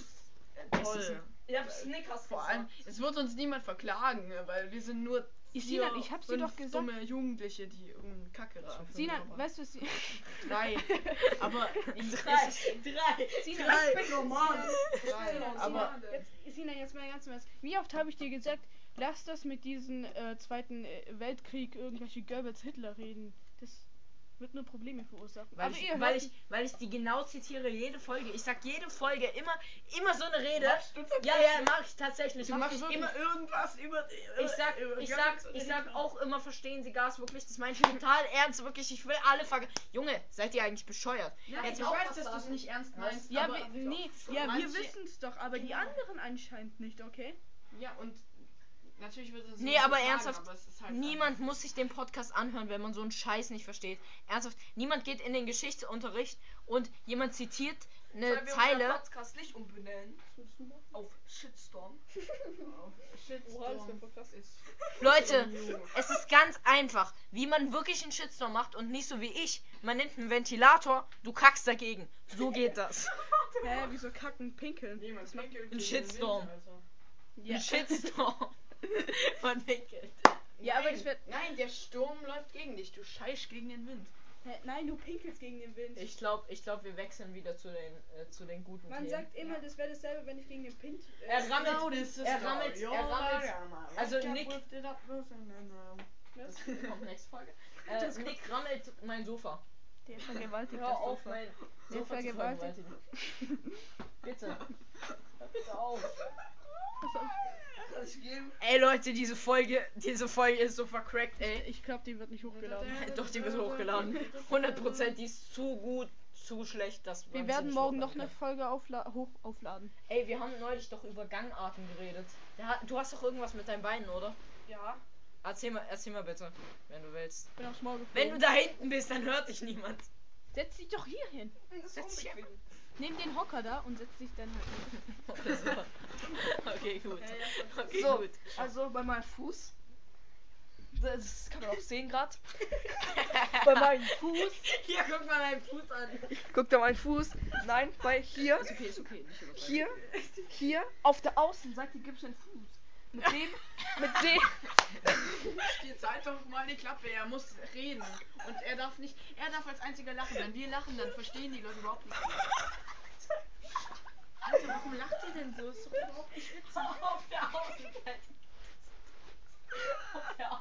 [SPEAKER 1] ist
[SPEAKER 2] toll.
[SPEAKER 4] Ich hab Snickers
[SPEAKER 2] Vor allem, es wird uns niemand verklagen, ne, weil wir sind nur
[SPEAKER 6] Ich-
[SPEAKER 2] vier,
[SPEAKER 6] Sinan, ich hab dir
[SPEAKER 2] fünf
[SPEAKER 6] doch gesagt.
[SPEAKER 2] dumme Jugendliche, die irgendeinen Kacke rauchen.
[SPEAKER 6] Sinan,
[SPEAKER 2] Aber
[SPEAKER 6] weißt du, Sie
[SPEAKER 3] [laughs]
[SPEAKER 2] Drei. Aber [laughs]
[SPEAKER 1] drei, drei.
[SPEAKER 3] Sina,
[SPEAKER 2] drei.
[SPEAKER 4] normal.
[SPEAKER 2] drei. Aber
[SPEAKER 6] [laughs] jetzt, Sina, jetzt mal ganz im Ernst. Wie oft habe ich dir gesagt, lass das mit diesem äh, Zweiten äh, Weltkrieg irgendwelche Goebbels-Hitler reden. Das wird nur Probleme verursachen.
[SPEAKER 1] Weil,
[SPEAKER 6] Aber
[SPEAKER 1] ich,
[SPEAKER 6] ihr
[SPEAKER 1] weil,
[SPEAKER 6] hört
[SPEAKER 1] ich, weil ich die genau zitiere, jede Folge. Ich sag jede Folge immer, immer so eine Rede. Ja, ja, mache ich tatsächlich.
[SPEAKER 2] du
[SPEAKER 1] Mach
[SPEAKER 2] machst
[SPEAKER 1] ich
[SPEAKER 2] wirklich
[SPEAKER 1] immer
[SPEAKER 2] immer irgendwas über.
[SPEAKER 1] Ich sag,
[SPEAKER 2] über-
[SPEAKER 1] ich sag, ich sag auch immer, verstehen Sie Gas wirklich? Das meine ich total ernst, wirklich. Ich will alle ver. Junge, seid ihr eigentlich bescheuert?
[SPEAKER 4] Ja,
[SPEAKER 1] Jetzt
[SPEAKER 4] ich
[SPEAKER 2] Ich
[SPEAKER 1] auch
[SPEAKER 2] weiß,
[SPEAKER 4] was
[SPEAKER 2] dass du es
[SPEAKER 4] sagen.
[SPEAKER 2] nicht ernst meinst.
[SPEAKER 6] Ja,
[SPEAKER 2] aber, also,
[SPEAKER 6] wir, nee, ja, wir
[SPEAKER 2] manche-
[SPEAKER 6] wissen es doch, aber
[SPEAKER 1] Genau.
[SPEAKER 6] die anderen anscheinend nicht, okay?
[SPEAKER 2] ja, und natürlich wird es.
[SPEAKER 1] Nee,
[SPEAKER 2] niemand
[SPEAKER 1] aber
[SPEAKER 2] verklagen,
[SPEAKER 1] ernsthaft,
[SPEAKER 2] aber es ist halt
[SPEAKER 1] Niemand muss sich den Podcast anhören, wenn man so einen Scheiß nicht versteht. Ernsthaft, niemand geht in den Geschichtsunterricht und jemand zitiert eine äh, Zeile.
[SPEAKER 4] Podcast nicht umbenennen auf Shitstorm.
[SPEAKER 3] Oha, das wär
[SPEAKER 2] Shitstorm
[SPEAKER 3] voll krass.
[SPEAKER 2] ist
[SPEAKER 1] Leute, es ist ganz einfach, wie man wirklich einen Shitstorm macht und nicht so wie ich. Man nimmt einen Ventilator, du kackst dagegen. So geht das.
[SPEAKER 6] Hä, wieso kacken, pinkeln?
[SPEAKER 2] Niemand
[SPEAKER 1] Ein Shitstorm.
[SPEAKER 6] Ja,
[SPEAKER 1] Ein Shitstorm. Man winkelt.
[SPEAKER 6] ja aber das wird.
[SPEAKER 2] Nein, der Sturm läuft gegen dich. Du scheisch gegen den Wind.
[SPEAKER 6] Hä, nein, du pinkelst gegen den Wind.
[SPEAKER 1] Ich glaube, ich glaub, wir wechseln wieder zu den, äh, zu den guten
[SPEAKER 3] Man
[SPEAKER 1] Themen.
[SPEAKER 3] sagt immer, das wäre dasselbe, wenn ich gegen den Pint.
[SPEAKER 1] er rammelt,
[SPEAKER 2] Genau, das ist
[SPEAKER 1] er
[SPEAKER 2] genau.
[SPEAKER 1] rammelt,
[SPEAKER 2] Ja,
[SPEAKER 1] er rammelt.
[SPEAKER 2] ja, Mann.
[SPEAKER 1] also
[SPEAKER 2] Ich hab
[SPEAKER 1] Nick-
[SPEAKER 2] with it up, with it up.
[SPEAKER 1] Das kommt nächste [laughs] Folge. Äh, Nick rammelt mein Sofa.
[SPEAKER 6] [laughs] Der vergewaltigt
[SPEAKER 1] Hör
[SPEAKER 6] das
[SPEAKER 1] auf,
[SPEAKER 6] Sofa.
[SPEAKER 1] mein
[SPEAKER 6] Der
[SPEAKER 1] Sofa zu
[SPEAKER 6] vergewaltigt.
[SPEAKER 1] vergewaltigen. Bitte. [laughs] Hör bitte auf.
[SPEAKER 4] Ich gebe
[SPEAKER 1] Ey Leute, diese Folge, diese Folge ist so vercrackt, ey.
[SPEAKER 6] Ich glaube, die wird nicht hochgeladen.
[SPEAKER 1] [laughs] Doch, die wird hochgeladen. 100% die ist zu gut, zu schlecht, dass man
[SPEAKER 6] Wir
[SPEAKER 1] sie
[SPEAKER 6] werden
[SPEAKER 1] nicht
[SPEAKER 6] morgen noch
[SPEAKER 1] hochladen
[SPEAKER 6] eine Folge aufla hoch aufladen.
[SPEAKER 1] kann. Ey, wir haben neulich doch über Gangarten geredet. Da, du hast doch irgendwas mit deinen Beinen, oder?
[SPEAKER 4] ja.
[SPEAKER 1] Erzähl mal, erzähl mal bitte, wenn du willst.
[SPEAKER 6] Bin aufs Maul geflogen.
[SPEAKER 1] Wenn du da hinten bist, dann hört dich niemand.
[SPEAKER 6] Setz dich doch hier hin.
[SPEAKER 1] Setz dich einfach.
[SPEAKER 6] Nimm den Hocker da und setz dich dann halt. hin.
[SPEAKER 1] Oder so. [laughs] Okay, gut. Okay,
[SPEAKER 6] So.
[SPEAKER 1] gut.
[SPEAKER 6] Also bei meinem Fuß. Das kann man auch sehen
[SPEAKER 1] [laughs]
[SPEAKER 6] gerade.
[SPEAKER 2] Ah.
[SPEAKER 6] bei meinem
[SPEAKER 2] [laughs]
[SPEAKER 6] Fuß.
[SPEAKER 1] Hier, guck mal deinen Fuß an.
[SPEAKER 6] Guck da meinen Fuß. Nein, bei hier. Ist okay, ist okay. hier. Hier. Auf der Außenseite gibt's den Fuß. Mit dem. Mit dem.
[SPEAKER 2] Jetzt halt doch mal die Klappe, er muss reden. Und er darf nicht, er darf als einziger lachen. Wenn wir lachen, dann verstehen die Leute überhaupt nicht. Alter, warum lacht ihr denn so? Ist doch überhaupt nicht witzig.
[SPEAKER 1] Auf der Außenseite. Auf der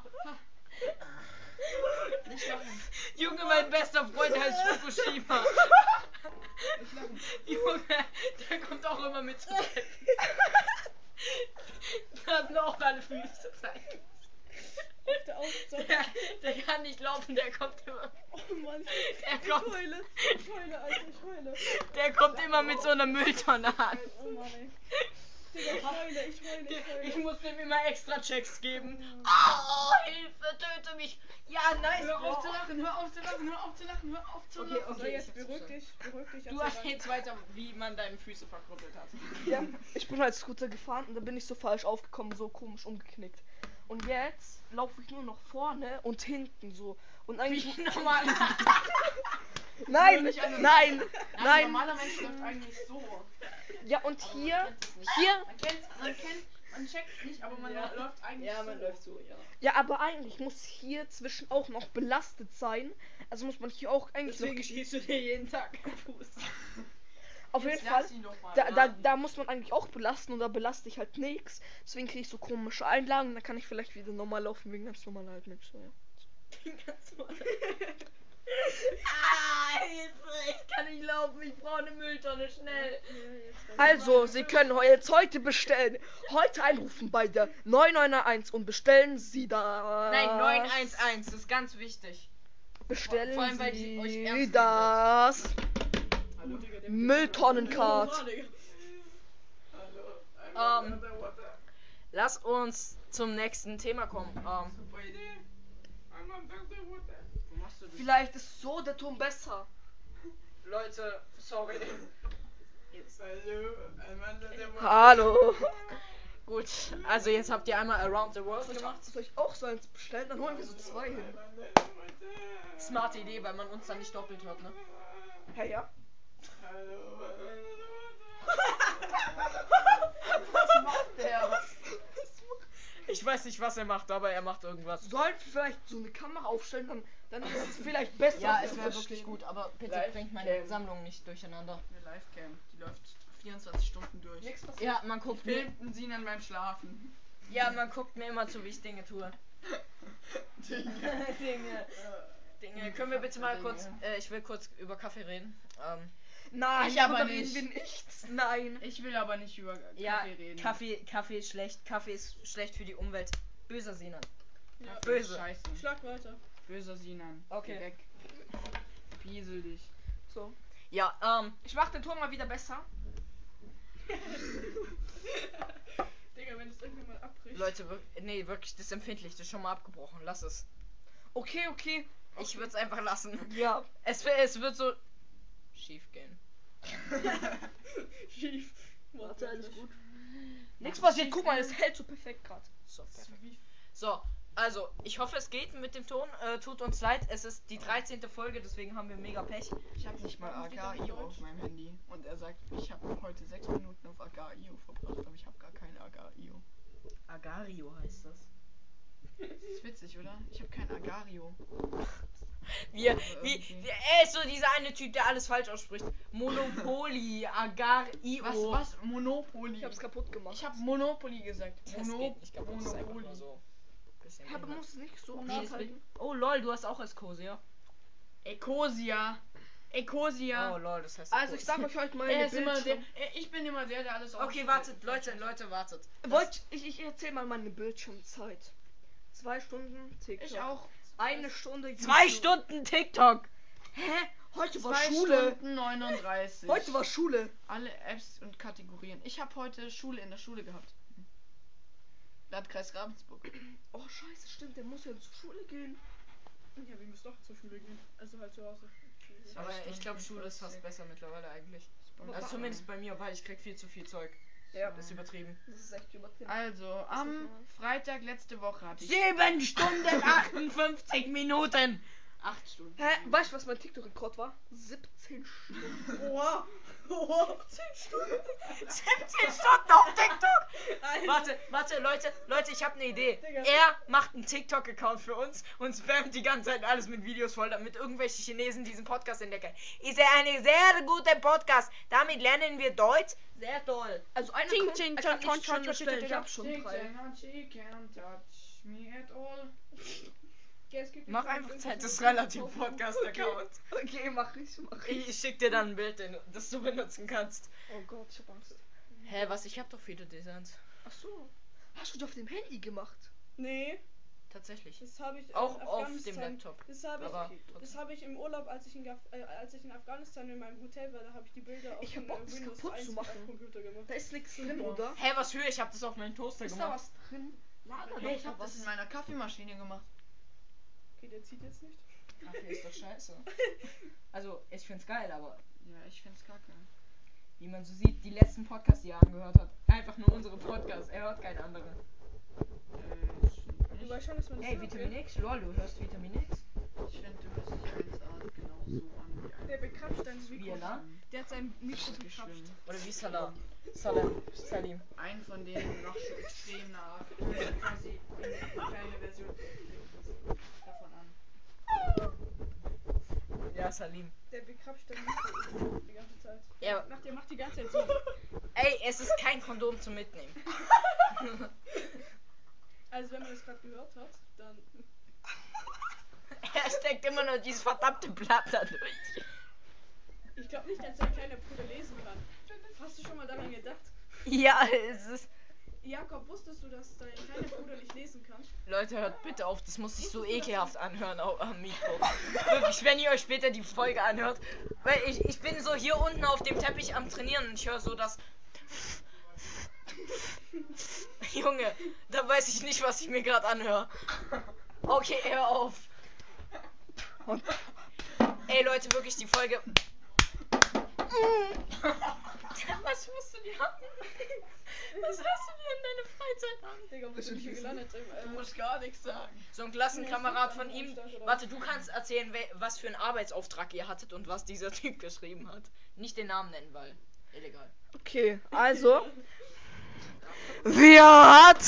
[SPEAKER 1] Außenseite. Junge, mein bester Freund heißt [laughs] Fukushima. Junge, der kommt auch immer mit zu [laughs] Treppen. Der hat noch alle Füße zeigen.
[SPEAKER 3] Der Aufsatz.
[SPEAKER 1] Der, der kann nicht laufen, der kommt immer.
[SPEAKER 3] Oh Mann,
[SPEAKER 1] Der kommt,
[SPEAKER 3] heule. Ich heule, Alter, ich heule.
[SPEAKER 1] der kommt immer mit so einer Mülltonne an.
[SPEAKER 3] Oh Mann, ey. Digga, ich heule, ich heule, ich heule.
[SPEAKER 1] Ich muss dem immer extra Checks geben. Ah, Hilfe, töte mich. Ja, nice.
[SPEAKER 2] Hör auf
[SPEAKER 1] Bro.
[SPEAKER 2] zu lachen, hör auf zu lachen, hör auf zu lachen, hör auf zu lachen.
[SPEAKER 1] Okay,
[SPEAKER 3] So,
[SPEAKER 1] okay.
[SPEAKER 3] jetzt beruhig dich, beruhig dich.
[SPEAKER 2] also
[SPEAKER 1] Du
[SPEAKER 3] erzähl
[SPEAKER 1] erzählst weiter, wie man deine Füße verkrüppelt hat.
[SPEAKER 7] Ja, ich bin halt Scooter gefahren und dann bin ich so falsch aufgekommen, so komisch umgeknickt. Und jetzt laufe ich nur noch vorne und hinten so. Und eigentlich.
[SPEAKER 1] Nochmal.
[SPEAKER 7] [laughs] Nein!
[SPEAKER 2] nicht anders.
[SPEAKER 7] Nein!
[SPEAKER 2] Nein, Ein
[SPEAKER 7] Nein!
[SPEAKER 2] normaler Mensch läuft eigentlich so.
[SPEAKER 7] Ja, und
[SPEAKER 2] Aber Man
[SPEAKER 7] hier.
[SPEAKER 2] kennt es nicht.
[SPEAKER 7] Hier.
[SPEAKER 2] Man kennt, man kennt, man checkt nicht, aber man läuft eigentlich so.
[SPEAKER 1] so, ja.
[SPEAKER 7] Ja, aber eigentlich muss hier zwischen auch noch belastet sein. Also muss man hier auch eigentlich. Noch,
[SPEAKER 1] schießt du dir jeden Tag einen Fuß.
[SPEAKER 7] Auf
[SPEAKER 2] Jetzt
[SPEAKER 7] jeden Fall.
[SPEAKER 2] lass ihn doch mal.
[SPEAKER 7] Da, da,
[SPEAKER 2] Mann.
[SPEAKER 7] da muss man eigentlich auch belasten und da belaste ich halt nichts. Deswegen kriege ich so komische Einlagen und dann kann ich vielleicht wieder normal laufen wegen ganz normal halt Mensch. So, ja.
[SPEAKER 1] Ah, Hilfe, ich kann nicht laufen, ich brauche eine Mülltonne, schnell.
[SPEAKER 7] Also, Sie können heu- jetzt heute bestellen. Heute anrufen bei der 991 und bestellen Sie da.
[SPEAKER 1] Nein, 911, das ist ganz wichtig.
[SPEAKER 7] Bestellen
[SPEAKER 1] vor allem, weil die euch
[SPEAKER 7] Sie
[SPEAKER 1] ernst nehmen
[SPEAKER 7] das
[SPEAKER 2] Hallo, Digga, der-
[SPEAKER 7] Mülltonnenkart.
[SPEAKER 2] Hallo.
[SPEAKER 1] Ähm,
[SPEAKER 2] Alter, what the-
[SPEAKER 1] lass uns zum nächsten Thema kommen. Ähm,
[SPEAKER 2] Super Idee. Einmal Dr. Water. Wo machst du das?
[SPEAKER 7] Vielleicht ist so der Ton besser.
[SPEAKER 2] [laughs] Leute, sorry. Hallo, Amanda der Water.
[SPEAKER 7] Hallo.
[SPEAKER 1] gut, also jetzt habt ihr einmal Around the World gemacht.
[SPEAKER 7] Macht es euch auch so eins bestellen, dann holen wir so zwei hin.
[SPEAKER 2] Amanda der Water.
[SPEAKER 1] Smarte Idee, weil man uns dann nicht doppelt hört, ne?
[SPEAKER 7] Hey, ja.
[SPEAKER 2] Hallo, Amanda der Water.
[SPEAKER 1] Ich weiß nicht, was er macht, aber er macht irgendwas.
[SPEAKER 7] Sollten wir vielleicht so eine Kamera aufstellen, dann, dann ist es vielleicht besser.
[SPEAKER 1] Ja,
[SPEAKER 7] als
[SPEAKER 1] es
[SPEAKER 7] wir
[SPEAKER 1] wäre
[SPEAKER 7] verstehen.
[SPEAKER 1] wirklich gut, aber bitte
[SPEAKER 2] Live
[SPEAKER 1] bringt meine
[SPEAKER 2] Cam.
[SPEAKER 1] Sammlung nicht durcheinander.
[SPEAKER 2] Eine Livecam, die läuft 24 Stunden durch.
[SPEAKER 7] Nix passiert.
[SPEAKER 1] Ja, man guckt mir,
[SPEAKER 2] Filmten sie ihn an meinem Schlafen.
[SPEAKER 1] ja, man guckt mir immer zu, wie ich Dinge tue.
[SPEAKER 2] Digga.
[SPEAKER 7] äh,
[SPEAKER 1] Dinge. Hm, Dinge. Können wir bitte mal kurz, äh, ich will kurz über Kaffee reden. Ähm,
[SPEAKER 7] Nein,
[SPEAKER 2] Ich aber
[SPEAKER 7] darüber
[SPEAKER 2] nicht.
[SPEAKER 7] reden wir nichts. Nein.
[SPEAKER 2] Ich will aber nicht über Kaffee
[SPEAKER 1] ja,
[SPEAKER 2] reden.
[SPEAKER 1] Kaffee, Kaffee ist schlecht. Kaffee ist schlecht für die Umwelt. Böser Sinan.
[SPEAKER 2] Kaffee ist
[SPEAKER 1] Böse.
[SPEAKER 2] Scheiße.
[SPEAKER 3] Schlag weiter.
[SPEAKER 2] Böser Sinan.
[SPEAKER 1] Okay.
[SPEAKER 2] Geh Weg. Piesel dich.
[SPEAKER 7] So.
[SPEAKER 1] Ja, ähm,
[SPEAKER 7] Ich mach den Ton mal wieder besser.
[SPEAKER 3] Digga, wenn es irgendwann mal abbricht.
[SPEAKER 1] Leute, wir, nee, wirklich, das ist empfindlich. Das ist schon mal abgebrochen. Lass es.
[SPEAKER 7] Okay, okay.
[SPEAKER 1] Ich würde es einfach lassen.
[SPEAKER 7] Ja.
[SPEAKER 1] Es, wi- es wird so schief gehen.
[SPEAKER 3] Schief.
[SPEAKER 7] Warte, alles gut. Nichts passiert. Guck mal, es hält so perfekt gerade.
[SPEAKER 1] So, perfekt. So, also, ich hoffe, es geht mit dem Ton. Äh, tut uns leid, es ist die 13. Folge, deswegen haben wir mega Pech.
[SPEAKER 2] Ich habe nicht mal AKIO auf meinem Handy. Und er sagt, ich habe heute sechs Minuten auf AKIO verbracht, aber ich habe gar kein AKIO.
[SPEAKER 1] Agario heißt das.
[SPEAKER 2] Das ist witzig, oder? Ich habe kein Agario.
[SPEAKER 1] Wir,
[SPEAKER 2] Aber
[SPEAKER 1] wie,
[SPEAKER 2] irgendwie.
[SPEAKER 1] wie, er ist so dieser eine Typ, der alles falsch ausspricht. Monopoly, Agario.
[SPEAKER 2] Was, was? Monopoly.
[SPEAKER 7] Ich hab's kaputt gemacht.
[SPEAKER 2] Ich habe Monopoly gesagt.
[SPEAKER 1] Das
[SPEAKER 2] Mono
[SPEAKER 1] geht nicht kaputt, das ist einfach
[SPEAKER 2] Monopoly.
[SPEAKER 1] nur so. ein bisschen
[SPEAKER 7] Ja, aber
[SPEAKER 1] behindert.
[SPEAKER 7] muss es nicht so
[SPEAKER 1] Nee, das
[SPEAKER 7] nachhalten.
[SPEAKER 1] will- Oh lol, du hast auch Ecosia.
[SPEAKER 2] Ecosia. Ecosia.
[SPEAKER 1] Oh lol, das heißt.
[SPEAKER 7] Also ich sag
[SPEAKER 1] Ecosia.
[SPEAKER 7] euch heute mal
[SPEAKER 2] er
[SPEAKER 7] eine
[SPEAKER 2] ist immer der,
[SPEAKER 7] Bildschirm.
[SPEAKER 2] er- ich bin immer der, der
[SPEAKER 1] [laughs]
[SPEAKER 2] alles
[SPEAKER 1] Oh. Okay,
[SPEAKER 2] ausspricht.
[SPEAKER 1] wartet, Leute, Leute, wartet.
[SPEAKER 7] Wollt ich, ich erzähl mal meine Bildschirmzeit. Zwei Stunden TikTok.
[SPEAKER 2] Ich auch.
[SPEAKER 7] Eine Stunde YouTube.
[SPEAKER 1] Zwei Stunden TikTok.
[SPEAKER 7] Hä? Heute war
[SPEAKER 2] Zwei
[SPEAKER 7] Schule.
[SPEAKER 2] Stunden 39.
[SPEAKER 7] Heute war Schule.
[SPEAKER 2] Alle Apps und Kategorien. Ich habe heute Schule in der Schule gehabt. Hm. Landkreis Ravensburg.
[SPEAKER 7] Oh scheiße, stimmt, der muss ja zur Schule gehen.
[SPEAKER 3] Ja, wir müssen doch zur Schule gehen. Also halt zu Hause.
[SPEAKER 1] Aber ich glaube, Schule ist fast besser mittlerweile eigentlich. Also zumindest bei mir, weil ich krieg viel zu viel Zeug.
[SPEAKER 7] Ja.
[SPEAKER 1] Das ist übertrieben.
[SPEAKER 7] Das ist echt übertrieben.
[SPEAKER 2] Also, am Freitag letzte Woche hatte ich
[SPEAKER 1] Sieben Stunden 58 Minuten.
[SPEAKER 2] acht Stunden.
[SPEAKER 7] [laughs] Hä? Weißt du, was mein TikTok-Rekord war? 17 Stunden.
[SPEAKER 3] Oha.
[SPEAKER 1] 17 Stunden auf TikTok. Warte, warte, Leute, Leute, ich habe eine Idee. Er macht einen TikTok-Account für uns und spammt die ganze Zeit alles mit Videos voll, damit irgendwelche Chinesen diesen Podcast entdecken. Ist er eine sehr gute Podcast. Damit lernen wir Deutsch. Sehr toll.
[SPEAKER 7] Also einer
[SPEAKER 6] Ching,
[SPEAKER 7] kommt,
[SPEAKER 6] ching,
[SPEAKER 7] er
[SPEAKER 6] chong,
[SPEAKER 7] kann
[SPEAKER 6] chong,
[SPEAKER 7] nicht schon
[SPEAKER 6] chong,
[SPEAKER 7] bestellen. Ich
[SPEAKER 6] chong,
[SPEAKER 7] hab schon drei.
[SPEAKER 2] She can't touch me at all.
[SPEAKER 3] Ja, es gibt
[SPEAKER 1] Mach
[SPEAKER 3] jetzt
[SPEAKER 1] einfach
[SPEAKER 3] irgendwas
[SPEAKER 1] Zeit des
[SPEAKER 3] mit-
[SPEAKER 1] Relativ-Podcast-Account.
[SPEAKER 7] Okay, mach ich, mach ich.
[SPEAKER 1] Ich schick dir dann ein Bild, den- das du benutzen kannst.
[SPEAKER 7] Oh Gott, ich hab Angst.
[SPEAKER 1] Hä, was? Ich hab doch viele Designs.
[SPEAKER 7] Ach so. Hast du das auf dem Handy gemacht?
[SPEAKER 3] Nee,
[SPEAKER 1] Tatsächlich.
[SPEAKER 3] das habe ich in
[SPEAKER 1] Auch auf dem
[SPEAKER 3] Afghanistan-
[SPEAKER 1] Laptop.
[SPEAKER 3] Das habe ich,
[SPEAKER 1] Aber
[SPEAKER 3] das habe ich im Urlaub, als ich in, Gaf äh, als ich in Afghanistan in meinem Hotel war, da habe ich die Bilder auf
[SPEAKER 7] Ich hab
[SPEAKER 3] dem
[SPEAKER 7] Bock, das kaputt zu machen.
[SPEAKER 3] äh, Computer gemacht.
[SPEAKER 7] Da ist nichts drin, oder?
[SPEAKER 1] Hä, was höre ich? hab das auf meinen Toaster
[SPEAKER 7] Ist da
[SPEAKER 1] gemacht.
[SPEAKER 7] was drin? Lager
[SPEAKER 2] Hey, Ah, ich
[SPEAKER 7] doch
[SPEAKER 2] habe
[SPEAKER 7] mal
[SPEAKER 2] das in
[SPEAKER 7] was.
[SPEAKER 2] meiner Kaffeemaschine gemacht.
[SPEAKER 3] Okay, der zieht jetzt nicht.
[SPEAKER 1] Kaffee ist doch scheiße. Also, ich find's geil, aber
[SPEAKER 2] Ja, ich find's kacke. Äh,
[SPEAKER 1] wie man so sieht, die letzten Podcasts, die er angehört hat, einfach nur unsere Podcasts. Er hört keinen anderen.
[SPEAKER 3] Du weißt schon, dass man das
[SPEAKER 1] Hey,
[SPEAKER 3] hört,
[SPEAKER 1] Vitamin
[SPEAKER 3] gell?
[SPEAKER 1] X? Lol, du hörst Vitamin X?
[SPEAKER 2] Ich finde, du hörst dich als Arzt genauso genau an wie
[SPEAKER 3] Der
[SPEAKER 2] ein
[SPEAKER 3] bekrapscht dein
[SPEAKER 1] Wie
[SPEAKER 3] Mikro.
[SPEAKER 2] ne?
[SPEAKER 1] Ella?
[SPEAKER 6] Der hat sein Mikro gekrapscht.
[SPEAKER 2] Geschwind.
[SPEAKER 1] Oder wie Salam? Salam. Salim.
[SPEAKER 2] Ein von denen macht so extrem nah. äh, Quasi eine kleine Version davon an.
[SPEAKER 1] Ja, Salim.
[SPEAKER 3] Der begrapscht dann nicht die ganze Zeit.
[SPEAKER 1] Ja.
[SPEAKER 3] Macht, der macht die ganze Zeit so.
[SPEAKER 1] Ey, es ist kein Kondom zum Mitnehmen. [laughs]
[SPEAKER 3] Also wenn man das gerade gehört hat, dann
[SPEAKER 1] Er steckt immer nur dieses verdammte Blatt da durch.
[SPEAKER 3] Ich glaube nicht, dass dein kleiner Bruder lesen kann. Hast du schon mal daran gedacht?
[SPEAKER 1] Ja, es ist.
[SPEAKER 3] Jakob, wusstest du, dass dein kleiner Bruder nicht lesen kann?
[SPEAKER 1] Leute, hört bitte auf, das muss sich so ekelhaft anhören au- am [laughs] Mikro. Wirklich, wenn ihr euch später die Folge anhört. Weil ich, ich bin so hier unten auf dem Teppich am Trainieren und ich höre so das. [laughs] Junge, da weiß ich nicht, was ich mir gerade anhöre. Okay, hör auf. Ey Leute, wirklich die [laughs] Folge. Was musst du dir an? Was hast du dir in deine Freizeit an?
[SPEAKER 3] Digga, wo bin ich hier gelandet? Im, äh,
[SPEAKER 2] muss gar nichts sagen.
[SPEAKER 1] So ein Klassenkamerad von ihm. Warte, du kannst erzählen, wel- was für einen Arbeitsauftrag ihr hattet und was dieser [laughs] Typ geschrieben hat. Nicht den Namen nennen, weil illegal.
[SPEAKER 7] Okay, also. Wer hat.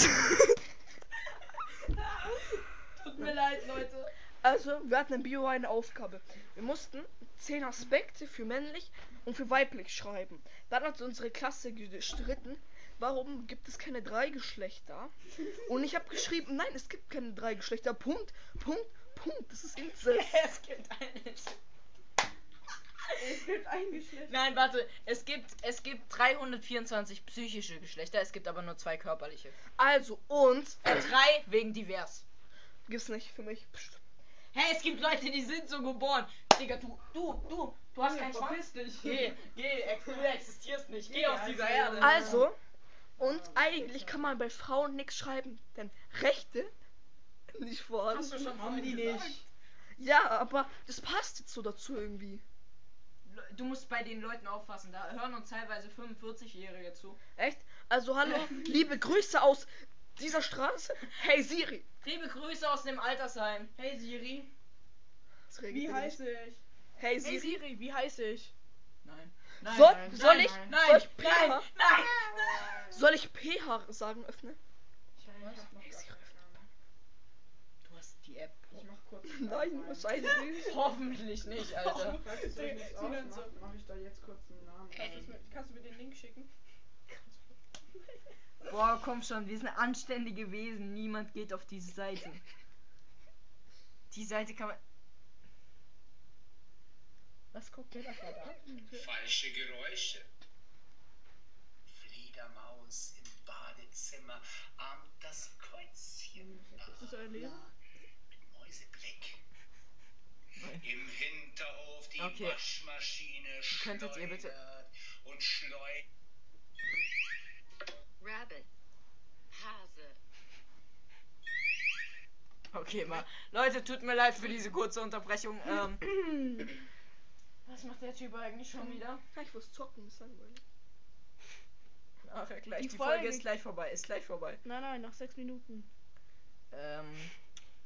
[SPEAKER 3] Tut mir leid, Leute.
[SPEAKER 7] Also, wir hatten in Bio eine Aufgabe. Wir mussten zehn Aspekte für männlich und für weiblich schreiben. Dann hat unsere Klasse gestritten, warum gibt es keine drei Geschlechter? Und ich habe geschrieben, nein, es gibt keine drei Geschlechter. Punkt, Punkt, Punkt. Das ist Inzest.
[SPEAKER 1] Es gibt [laughs] eine.
[SPEAKER 3] Es gibt ein Geschlecht.
[SPEAKER 1] Nein, warte. Es gibt, es gibt 324 psychische Geschlechter, es gibt aber nur zwei körperliche.
[SPEAKER 7] Also, und.
[SPEAKER 1] Äh, drei wegen divers.
[SPEAKER 7] Gibt's nicht für mich. Psst.
[SPEAKER 1] Hey, es gibt Leute, die sind so geboren. Digga, du, du, du, du hast keinen Schwanz. Dich. Geh, geh, ex du existierst nicht. Geh auf dieser Erde.
[SPEAKER 7] Also, und eigentlich kann man bei Frauen nichts schreiben, denn Rechte [laughs] nicht vorhanden.
[SPEAKER 2] Haben die nicht.
[SPEAKER 7] Ja, aber das passt jetzt so dazu irgendwie.
[SPEAKER 1] Le- Du musst bei den Leuten aufpassen, da hören uns teilweise 45-Jährige zu.
[SPEAKER 7] Echt? Also hallo, liebe Grüße aus dieser Straße. Hey Siri.
[SPEAKER 1] Liebe Grüße aus dem Altersheim.
[SPEAKER 2] Hey Siri.
[SPEAKER 7] Das regelt
[SPEAKER 3] Wie
[SPEAKER 7] ihr nicht.
[SPEAKER 3] heiße ich?
[SPEAKER 7] Hey
[SPEAKER 6] Hey
[SPEAKER 7] Siri.
[SPEAKER 6] Siri, wie heiße ich?
[SPEAKER 1] Nein. Nein.
[SPEAKER 7] soll,
[SPEAKER 1] nein.
[SPEAKER 7] soll ich?
[SPEAKER 2] nein,
[SPEAKER 7] soll
[SPEAKER 1] Nein,
[SPEAKER 7] ich
[SPEAKER 1] nein,
[SPEAKER 7] PH?
[SPEAKER 1] nein.
[SPEAKER 7] Soll ich PH sagen öffne?
[SPEAKER 2] Ich hab noch gar keine Ahnung.
[SPEAKER 1] Du hast die App. [laughs]
[SPEAKER 2] Ich mach kurz.
[SPEAKER 7] Nein, was
[SPEAKER 2] was
[SPEAKER 7] sei nicht.
[SPEAKER 1] Hoffentlich nicht, Alter.
[SPEAKER 2] Weißt du, wenn ich jetzt
[SPEAKER 3] Sie dann so.
[SPEAKER 2] ausmach, mach ich da jetzt kurz einen Namen.
[SPEAKER 3] Kannst, du's mir- kannst du mir den Link schicken?
[SPEAKER 1] Boah, komm schon, wir sind anständige Wesen. Niemand geht auf diese Seite. Die Seite kann man.
[SPEAKER 6] Was guckt der da gerade an?
[SPEAKER 1] [laughs]
[SPEAKER 5] Falsche Geräusche. Fledermaus im Badezimmer ahmt das Kreuzchen nach
[SPEAKER 6] Ist das euer Lehrer?
[SPEAKER 5] mit Mäuseblick. Im Hinterhof die
[SPEAKER 1] Okay.
[SPEAKER 5] Waschmaschine
[SPEAKER 1] Könntet ihr bitte-
[SPEAKER 5] schleudert und schleudert.
[SPEAKER 8] Rabbit. Hase.
[SPEAKER 1] Okay, mal. Leute, tut mir leid für diese kurze Unterbrechung. Ähm, [clears throat] was macht der Typ eigentlich schon wieder?
[SPEAKER 7] Ich muss zocken, ist langweilig.
[SPEAKER 1] Ach, ja, gleich. Die,
[SPEAKER 6] Die
[SPEAKER 1] Folge,
[SPEAKER 6] Folge-
[SPEAKER 1] ist gleich vorbei. Ist gleich vorbei.
[SPEAKER 6] Nein, nein, nach sechs Minuten.
[SPEAKER 1] Ähm,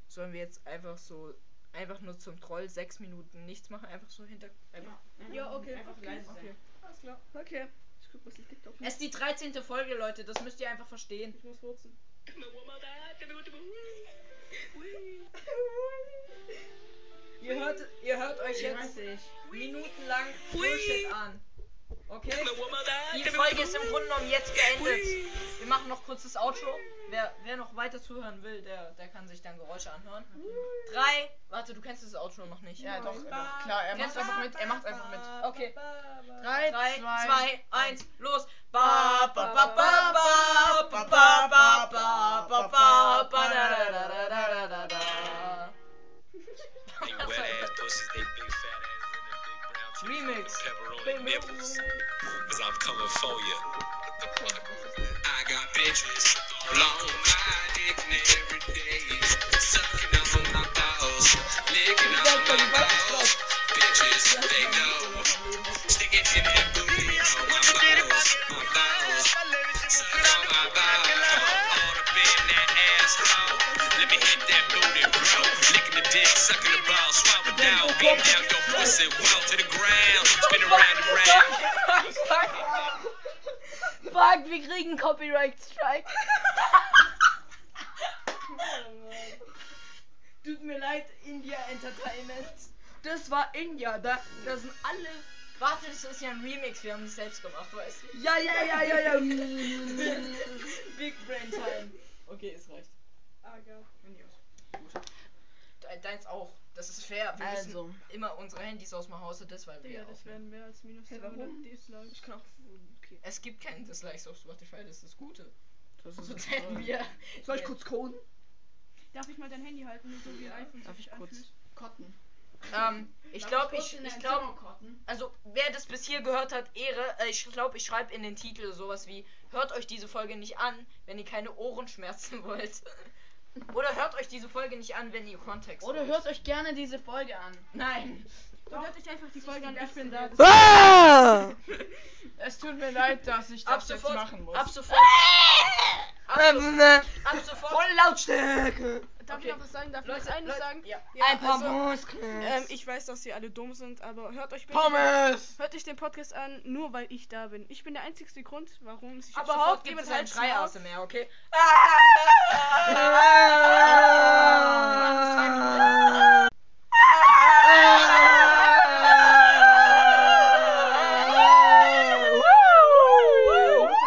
[SPEAKER 1] sollen wir jetzt einfach so. Einfach nur zum Troll sechs Minuten nichts machen, einfach so hinter. Einfach
[SPEAKER 3] Ja, okay.
[SPEAKER 2] Einfach
[SPEAKER 3] okay.
[SPEAKER 2] leise sein.
[SPEAKER 3] Alles klar.
[SPEAKER 7] Okay. Ich guck, was ich TikTok.
[SPEAKER 1] Es ist die 13. Folge, Leute, das müsst ihr einfach verstehen.
[SPEAKER 3] Ich muss wurzeln.
[SPEAKER 1] Ihr hört, ihr hört euch jetzt minutenlang Bullshit an. Okay? Die Folge ist im Grunde genommen jetzt beendet. Wir machen noch kurz das Outro. Wer, wer noch weiter zuhören will, der, der kann sich dann Geräusche anhören. Drei. Warte, du kennst das Outro noch nicht.
[SPEAKER 2] Ja, doch,
[SPEAKER 3] Ba-
[SPEAKER 2] klar, er
[SPEAKER 1] Du
[SPEAKER 2] macht
[SPEAKER 1] kennst einfach mit, er macht einfach mit. Okay. Drei,
[SPEAKER 2] zwei,
[SPEAKER 1] zwei, eins, los.
[SPEAKER 2] Ba, ba, ba, ba, ba, ba, ba, ba, ba, ba, ba, da, da, da, da, da, da.
[SPEAKER 5] Big wet ass pussies, they big fat asses and their big brown
[SPEAKER 1] Remix.
[SPEAKER 5] cheeks. Pepperoni nipples. Cause I'm coming for you. I got bitches all on my dick and every day. Sucking on my balls, licking on my balls. Bitches, they know. Sticking in that booty on my balls, my balls. Suck on my balls. All up in that asshole. Let me hit that booty, bro. Licking the dick, sucking the balls, swallow down, beat down your pussy, well to the ground. Spin around and round.
[SPEAKER 1] Fuck, wir kriegen Copyright Strike.
[SPEAKER 3] Tut mir leid, India Entertainment.
[SPEAKER 9] Das war India. Da, da sind alle.
[SPEAKER 1] Warte, das ist ja ein Remix, wir haben es selbst gemacht, weißt du?
[SPEAKER 9] Ja, ja, ja,
[SPEAKER 10] [laughs]
[SPEAKER 9] ja, ja.
[SPEAKER 1] Big Brain Time. Okay, es reicht.
[SPEAKER 3] Ah,
[SPEAKER 10] De- Deins auch. Das ist fair. Wir also.
[SPEAKER 1] Also,
[SPEAKER 10] müssen immer unsere Handys aus dem Haus und das war
[SPEAKER 3] Digga,
[SPEAKER 10] wir
[SPEAKER 3] das
[SPEAKER 10] auch.
[SPEAKER 3] werden mehr als minus
[SPEAKER 9] Hey, warum?
[SPEAKER 3] 200 Dislikes.
[SPEAKER 9] Ich kann auch. Okay.
[SPEAKER 10] Es gibt keinen Dislikes auf Spotify, das ist das Gute.
[SPEAKER 1] das
[SPEAKER 10] So zählen wir.
[SPEAKER 9] Soll ich kurz coden?
[SPEAKER 3] Darf ich mal dein Handy halten, so wie ein iPhone
[SPEAKER 1] Darf ich kurz?
[SPEAKER 3] anfühlt?
[SPEAKER 11] Cotton.
[SPEAKER 1] Ähm, ich glaube,
[SPEAKER 11] kurz
[SPEAKER 1] ich,
[SPEAKER 11] in
[SPEAKER 1] ich
[SPEAKER 11] dein
[SPEAKER 1] glaube,
[SPEAKER 11] Zimmer, Cotton.
[SPEAKER 1] also wer das bis hier gehört hat, Ehre. Äh, ich glaube, ich schreibe in den Titel sowas wie: Hört euch diese Folge nicht an, wenn ihr keine Ohrenschmerzen [laughs] wollt. Oder hört euch diese Folge nicht an, wenn ihr Kontext.
[SPEAKER 2] Oder
[SPEAKER 1] wollt.
[SPEAKER 2] hört euch gerne diese Folge an.
[SPEAKER 1] Nein.
[SPEAKER 3] Oder hört euch einfach die Folge an, ich bin da. Das
[SPEAKER 9] Ah!
[SPEAKER 2] [laughs] Es tut mir leid, dass ich
[SPEAKER 1] Ab
[SPEAKER 2] das jetzt
[SPEAKER 1] sofort.
[SPEAKER 2] machen muss.
[SPEAKER 1] Ab
[SPEAKER 9] [laughs]
[SPEAKER 1] sofort. ab, so, ab sofort.
[SPEAKER 9] Lautstärke!
[SPEAKER 3] Darf ich noch was sagen? Darf ich noch eines sagen?
[SPEAKER 1] ja.
[SPEAKER 3] Ja,
[SPEAKER 9] Ein paar
[SPEAKER 3] also, ähm,
[SPEAKER 9] Muskeln.
[SPEAKER 3] ich weiß, dass ihr alle dumm sind, aber hört euch bitte
[SPEAKER 9] Pommes!
[SPEAKER 3] hört euch den Podcast an, nur weil ich da bin. Ich bin der einzigste Grund, warum sich
[SPEAKER 1] Aber
[SPEAKER 3] überhaupt
[SPEAKER 1] Haut gibt es einen
[SPEAKER 3] jemand halten
[SPEAKER 1] Schrei
[SPEAKER 3] mag.
[SPEAKER 1] aus dem Meer, okay?
[SPEAKER 9] Ah!